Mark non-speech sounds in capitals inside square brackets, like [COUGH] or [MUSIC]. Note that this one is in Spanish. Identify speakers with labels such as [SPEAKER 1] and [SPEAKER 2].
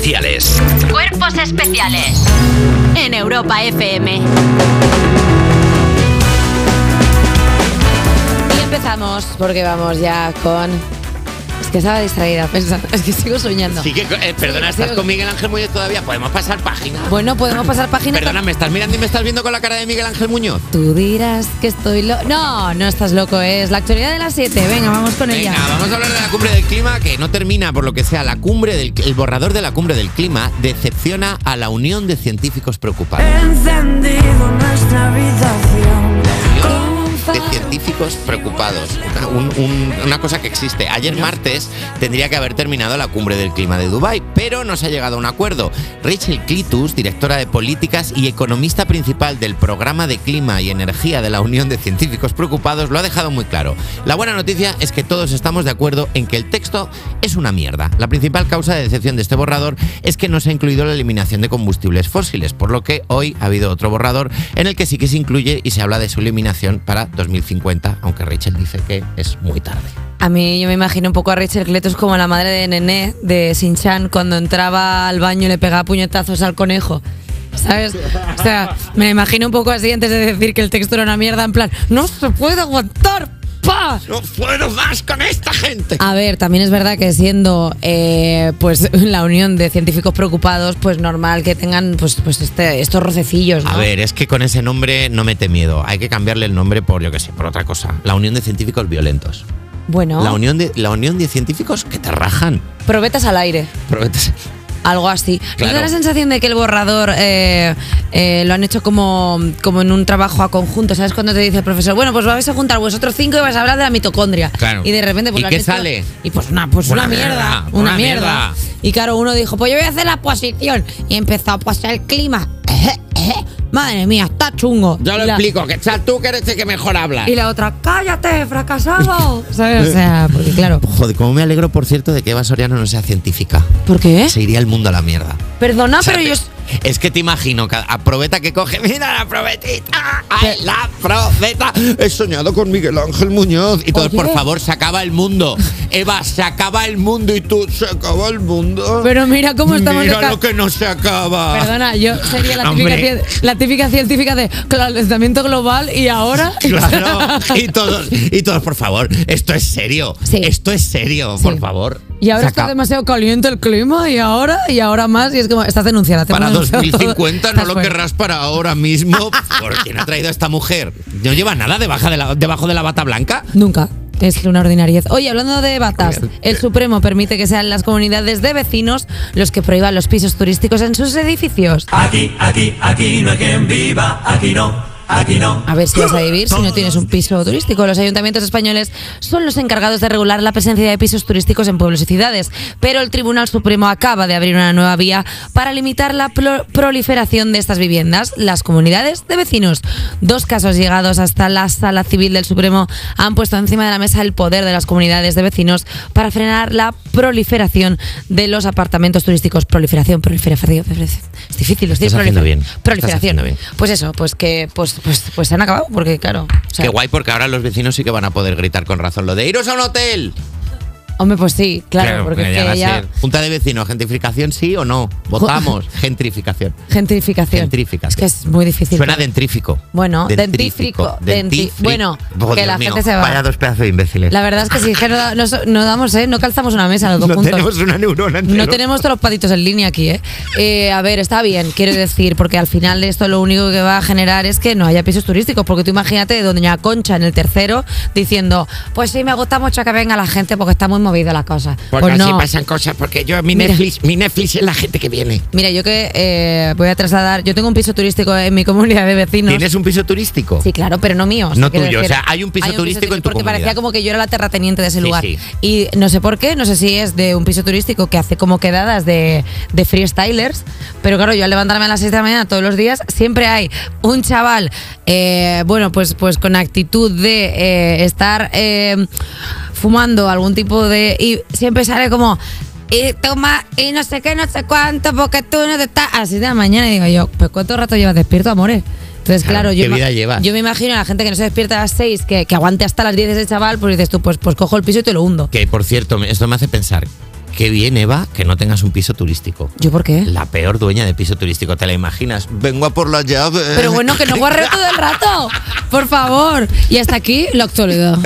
[SPEAKER 1] especiales.
[SPEAKER 2] Cuerpos especiales en Europa FM.
[SPEAKER 3] Y empezamos porque vamos ya con... Es que estaba distraída pensando, es que sigo soñando.
[SPEAKER 1] Sí que, eh, perdona,
[SPEAKER 3] Sí,
[SPEAKER 1] ¿estás
[SPEAKER 3] sí.
[SPEAKER 1] con Miguel Ángel Muñoz todavía? ¿Podemos pasar página?
[SPEAKER 3] Bueno, podemos pasar página.
[SPEAKER 1] Perdona, ¿me estás mirando y me estás viendo con la cara de Miguel Ángel Muñoz?
[SPEAKER 3] Tú dirás que estoy loco. No, no estás loco, es la actualidad de las 7. Venga, vamos con
[SPEAKER 1] Venga,
[SPEAKER 3] ella.
[SPEAKER 1] vamos a hablar de la cumbre del clima que no termina por lo que sea. La cumbre del el borrador de la cumbre del clima decepciona a la unión de científicos preocupados.
[SPEAKER 4] He encendido nuestra habitación.
[SPEAKER 1] de científicos preocupados. Una, un- un- una cosa que existe. Ayer martes tendría que haber terminado la cumbre del clima de Dubái, pero no se ha llegado a un acuerdo. Rachel Clitus, directora de políticas y economista principal del programa de clima y energía de la Unión de Científicos Preocupados, lo ha dejado muy claro. La buena noticia es que todos estamos de acuerdo en que el texto es una mierda. La principal causa de decepción de este borrador es que no se ha incluido la eliminación de combustibles fósiles, por lo que hoy ha habido otro borrador en el que sí que se incluye y se habla de su eliminación para 2050, aunque Rachel dice que es muy tarde.
[SPEAKER 3] A mí yo me imagino un poco a Rachel Cletus como la madre de Nené de Sinchan cuando entraba al baño y le pegaba puñetazos al conejo. ¿Sabes? O sea, me la imagino un poco así antes de decir que el texto era una mierda, en plan, no se puede aguantar. ¡Pa!
[SPEAKER 1] No puedo más con esta gente.
[SPEAKER 3] A ver, también es verdad que siendo eh, pues [LAUGHS] la unión de científicos preocupados, pues normal que tengan pues, pues este, estos rocecillos, ¿no?
[SPEAKER 1] A ver, es que con ese nombre no mete miedo. Hay que cambiarle el nombre por, yo que sé, por otra cosa. La Unión de Científicos Violentos.
[SPEAKER 3] Bueno,
[SPEAKER 1] La, unión de, la Unión de Científicos que te rajan.
[SPEAKER 3] probetas al aire.
[SPEAKER 1] Prometes-
[SPEAKER 3] Algo así. ¿No te da
[SPEAKER 1] Claro.
[SPEAKER 3] la sensación de que el borrador eh, eh, lo han hecho como, como en un trabajo a conjunto? ¿Sabes cuando te dice el profesor, bueno, pues vais a juntar vosotros cinco y vais a hablar de la mitocondria?
[SPEAKER 1] Claro.
[SPEAKER 3] Y de repente, pues
[SPEAKER 1] ¿Y
[SPEAKER 3] lo han
[SPEAKER 1] qué
[SPEAKER 3] hecho-
[SPEAKER 1] sale?
[SPEAKER 3] Y pues una, pues una,
[SPEAKER 1] Una
[SPEAKER 3] mierda,
[SPEAKER 1] mierda,
[SPEAKER 3] Una,
[SPEAKER 1] una
[SPEAKER 3] mierda.
[SPEAKER 1] mierda.
[SPEAKER 3] Y claro, uno dijo, pues yo voy a hacer la posición. Y empezó a pasar el clima. Madre mía, está chungo.
[SPEAKER 1] Yo lo
[SPEAKER 3] Y la-
[SPEAKER 1] explico, que chal, tú que eres el que mejor habla.
[SPEAKER 3] Y la otra,
[SPEAKER 1] [LAUGHS]
[SPEAKER 3] cállate, fracasado. ¿Sabes? O sea, porque claro.
[SPEAKER 1] Joder, como me alegro, por cierto, de que Eva Soriano no sea científica.
[SPEAKER 3] ¿Por qué?
[SPEAKER 1] Se iría el mundo a la mierda.
[SPEAKER 3] Perdona,
[SPEAKER 1] O sea,
[SPEAKER 3] ¿Eh? Ah, pero yo...
[SPEAKER 1] Es que te imagino, que a probeta que coge, [LAUGHS] mira la probetita, ay, la probeta. He soñado con Miguel Ángel Muñoz. Y todos,
[SPEAKER 3] Oye.
[SPEAKER 1] por favor, se acaba el
[SPEAKER 3] [LAUGHS]
[SPEAKER 1] mundo. Eva, se acaba el mundo y tú, se acaba el mundo.
[SPEAKER 3] Pero mira cómo estamos de ca-
[SPEAKER 1] Mira lo que no se acaba.
[SPEAKER 3] Perdona, yo sería la típica,
[SPEAKER 1] Ah. Hombre.
[SPEAKER 3] cien- la típica científica de calentamiento global y ahora.
[SPEAKER 1] [LAUGHS]
[SPEAKER 3] [LAUGHS]
[SPEAKER 1] Claro, y todos, y todos, por favor, esto es serio.
[SPEAKER 3] Sí.
[SPEAKER 1] Esto es serio,
[SPEAKER 3] Sí.
[SPEAKER 1] por favor.
[SPEAKER 3] Y ahora
[SPEAKER 1] Se
[SPEAKER 3] está
[SPEAKER 1] acaba.
[SPEAKER 3] demasiado caliente el clima y ahora y ahora más y es como estás denunciada. te
[SPEAKER 1] Para
[SPEAKER 3] hemos denunciado todo.
[SPEAKER 1] 2050 no
[SPEAKER 3] Estás
[SPEAKER 1] lo
[SPEAKER 3] fuera.
[SPEAKER 1] querrás para ahora
[SPEAKER 3] [LAUGHS]
[SPEAKER 1] mismo. ¿Por quién ha traído a esta mujer? ¿No lleva nada debajo de la, debajo de la bata blanca?
[SPEAKER 3] Nunca. Es una ordinariedad. Oye, hablando de batas, el Supremo permite que sean las comunidades de vecinos los que prohíban los pisos turísticos en sus edificios.
[SPEAKER 5] Aquí, aquí, aquí no hay quien viva, aquí no, aquí no.
[SPEAKER 3] A ver si vas a vivir si no tienes un piso turístico. Los ayuntamientos españoles son los encargados de regular la presencia de pisos turísticos en pueblos y ciudades, pero el Tribunal Supremo acaba de abrir una nueva vía para limitar la plo- proliferación de estas viviendas, las comunidades de vecinos. Dos casos llegados hasta la Sala Civil del Supremo han puesto encima de la mesa el poder de las comunidades de vecinos para frenar la proliferación de los apartamentos turísticos. Proliferación, proliferación, proliferación. Es difícil, es
[SPEAKER 1] Estás haciendo bien. Estás
[SPEAKER 3] Proliferación.
[SPEAKER 1] haciendo bien.
[SPEAKER 3] Pues eso, pues que pues, pues, pues se han acabado, porque claro. o sea,
[SPEAKER 1] Qué guay, porque ahora los vecinos sí que van a poder gritar con razón lo de iros a un hotel.
[SPEAKER 3] Hombre, pues sí, claro, porque
[SPEAKER 1] que
[SPEAKER 3] es
[SPEAKER 1] ya va a
[SPEAKER 3] que ya.
[SPEAKER 1] ser. Junta de vecinos, gentrificación sí o no. Votamos, [LAUGHS] gentrificación.
[SPEAKER 3] Gentrificación.
[SPEAKER 1] Gentrificación.
[SPEAKER 3] Es que es muy difícil.
[SPEAKER 1] Suena dentrífico.
[SPEAKER 3] Bueno, dentífrico, denti- bueno,
[SPEAKER 1] Oh,
[SPEAKER 3] que
[SPEAKER 1] Dios
[SPEAKER 3] la
[SPEAKER 1] mío,
[SPEAKER 3] gente se va.
[SPEAKER 1] Vaya dos pedazos de imbéciles.
[SPEAKER 3] La verdad es que si que no, da- no so- no damos, ¿eh? No calzamos una mesa los
[SPEAKER 1] [LAUGHS]
[SPEAKER 3] dos
[SPEAKER 1] no
[SPEAKER 3] juntos.
[SPEAKER 1] tenemos una neurona entre
[SPEAKER 3] No
[SPEAKER 1] los-
[SPEAKER 3] tenemos todos los patitos en línea aquí, ¿eh? Eh, A ver, está bien, quiero decir, porque al final esto lo único que va a generar es que no haya pisos turísticos, porque tú imagínate Doña Concha en el tercero diciendo, pues sí, me gusta mucho que venga la gente porque está muy movida la cosa.
[SPEAKER 1] Porque
[SPEAKER 3] pues
[SPEAKER 1] así
[SPEAKER 3] no.
[SPEAKER 1] pasan cosas, porque yo, mi
[SPEAKER 3] Mira.
[SPEAKER 1] Netflix, mi Netflix es la gente que viene.
[SPEAKER 3] Mira, yo que eh, voy a trasladar, yo tengo un piso turístico en mi comunidad de vecinos.
[SPEAKER 1] ¿Tienes un piso turístico?
[SPEAKER 3] Sí, claro, pero no mío. o sea,
[SPEAKER 1] No
[SPEAKER 3] quiero
[SPEAKER 1] tuyo, o sea, hay un piso turístico en tu
[SPEAKER 3] Porque parecía
[SPEAKER 1] comunidad.
[SPEAKER 3] como que yo era la terrateniente de ese
[SPEAKER 1] Sí,
[SPEAKER 3] lugar.
[SPEAKER 1] sí.
[SPEAKER 3] Y no sé por qué, no sé si es de un piso turístico que hace como quedadas de, de freestylers, pero claro, yo al levantarme a las 6 de la mañana todos los días, siempre hay un chaval, eh, bueno, pues, pues con actitud de eh, estar eh, fumando algún tipo de... Y siempre sale como... Y toma, y no sé qué, no sé cuánto, porque tú no te estás. A las 6 de la mañana, y digo yo, pues ¿cuánto rato llevas despierto, amores? Entonces,
[SPEAKER 1] Claro,
[SPEAKER 3] claro, yo,
[SPEAKER 1] ¿qué
[SPEAKER 3] ima-
[SPEAKER 1] vida llevas?
[SPEAKER 3] yo me imagino a la gente que no se despierta a las 6, que, que aguante hasta las 10 ese chaval, pues dices tú, pues, pues cojo el piso y te lo hundo.
[SPEAKER 1] Que por cierto, me- esto me hace pensar. Qué bien, Eva, que no tengas un piso turístico.
[SPEAKER 3] ¿Yo
[SPEAKER 1] [LAUGHS]
[SPEAKER 3] por qué?
[SPEAKER 1] La peor dueña de piso turístico, ¿te la imaginas? Vengo a por la llave.
[SPEAKER 3] Pero bueno, que no guarre todo el rato. Por favor. Y hasta aquí, la actualidad.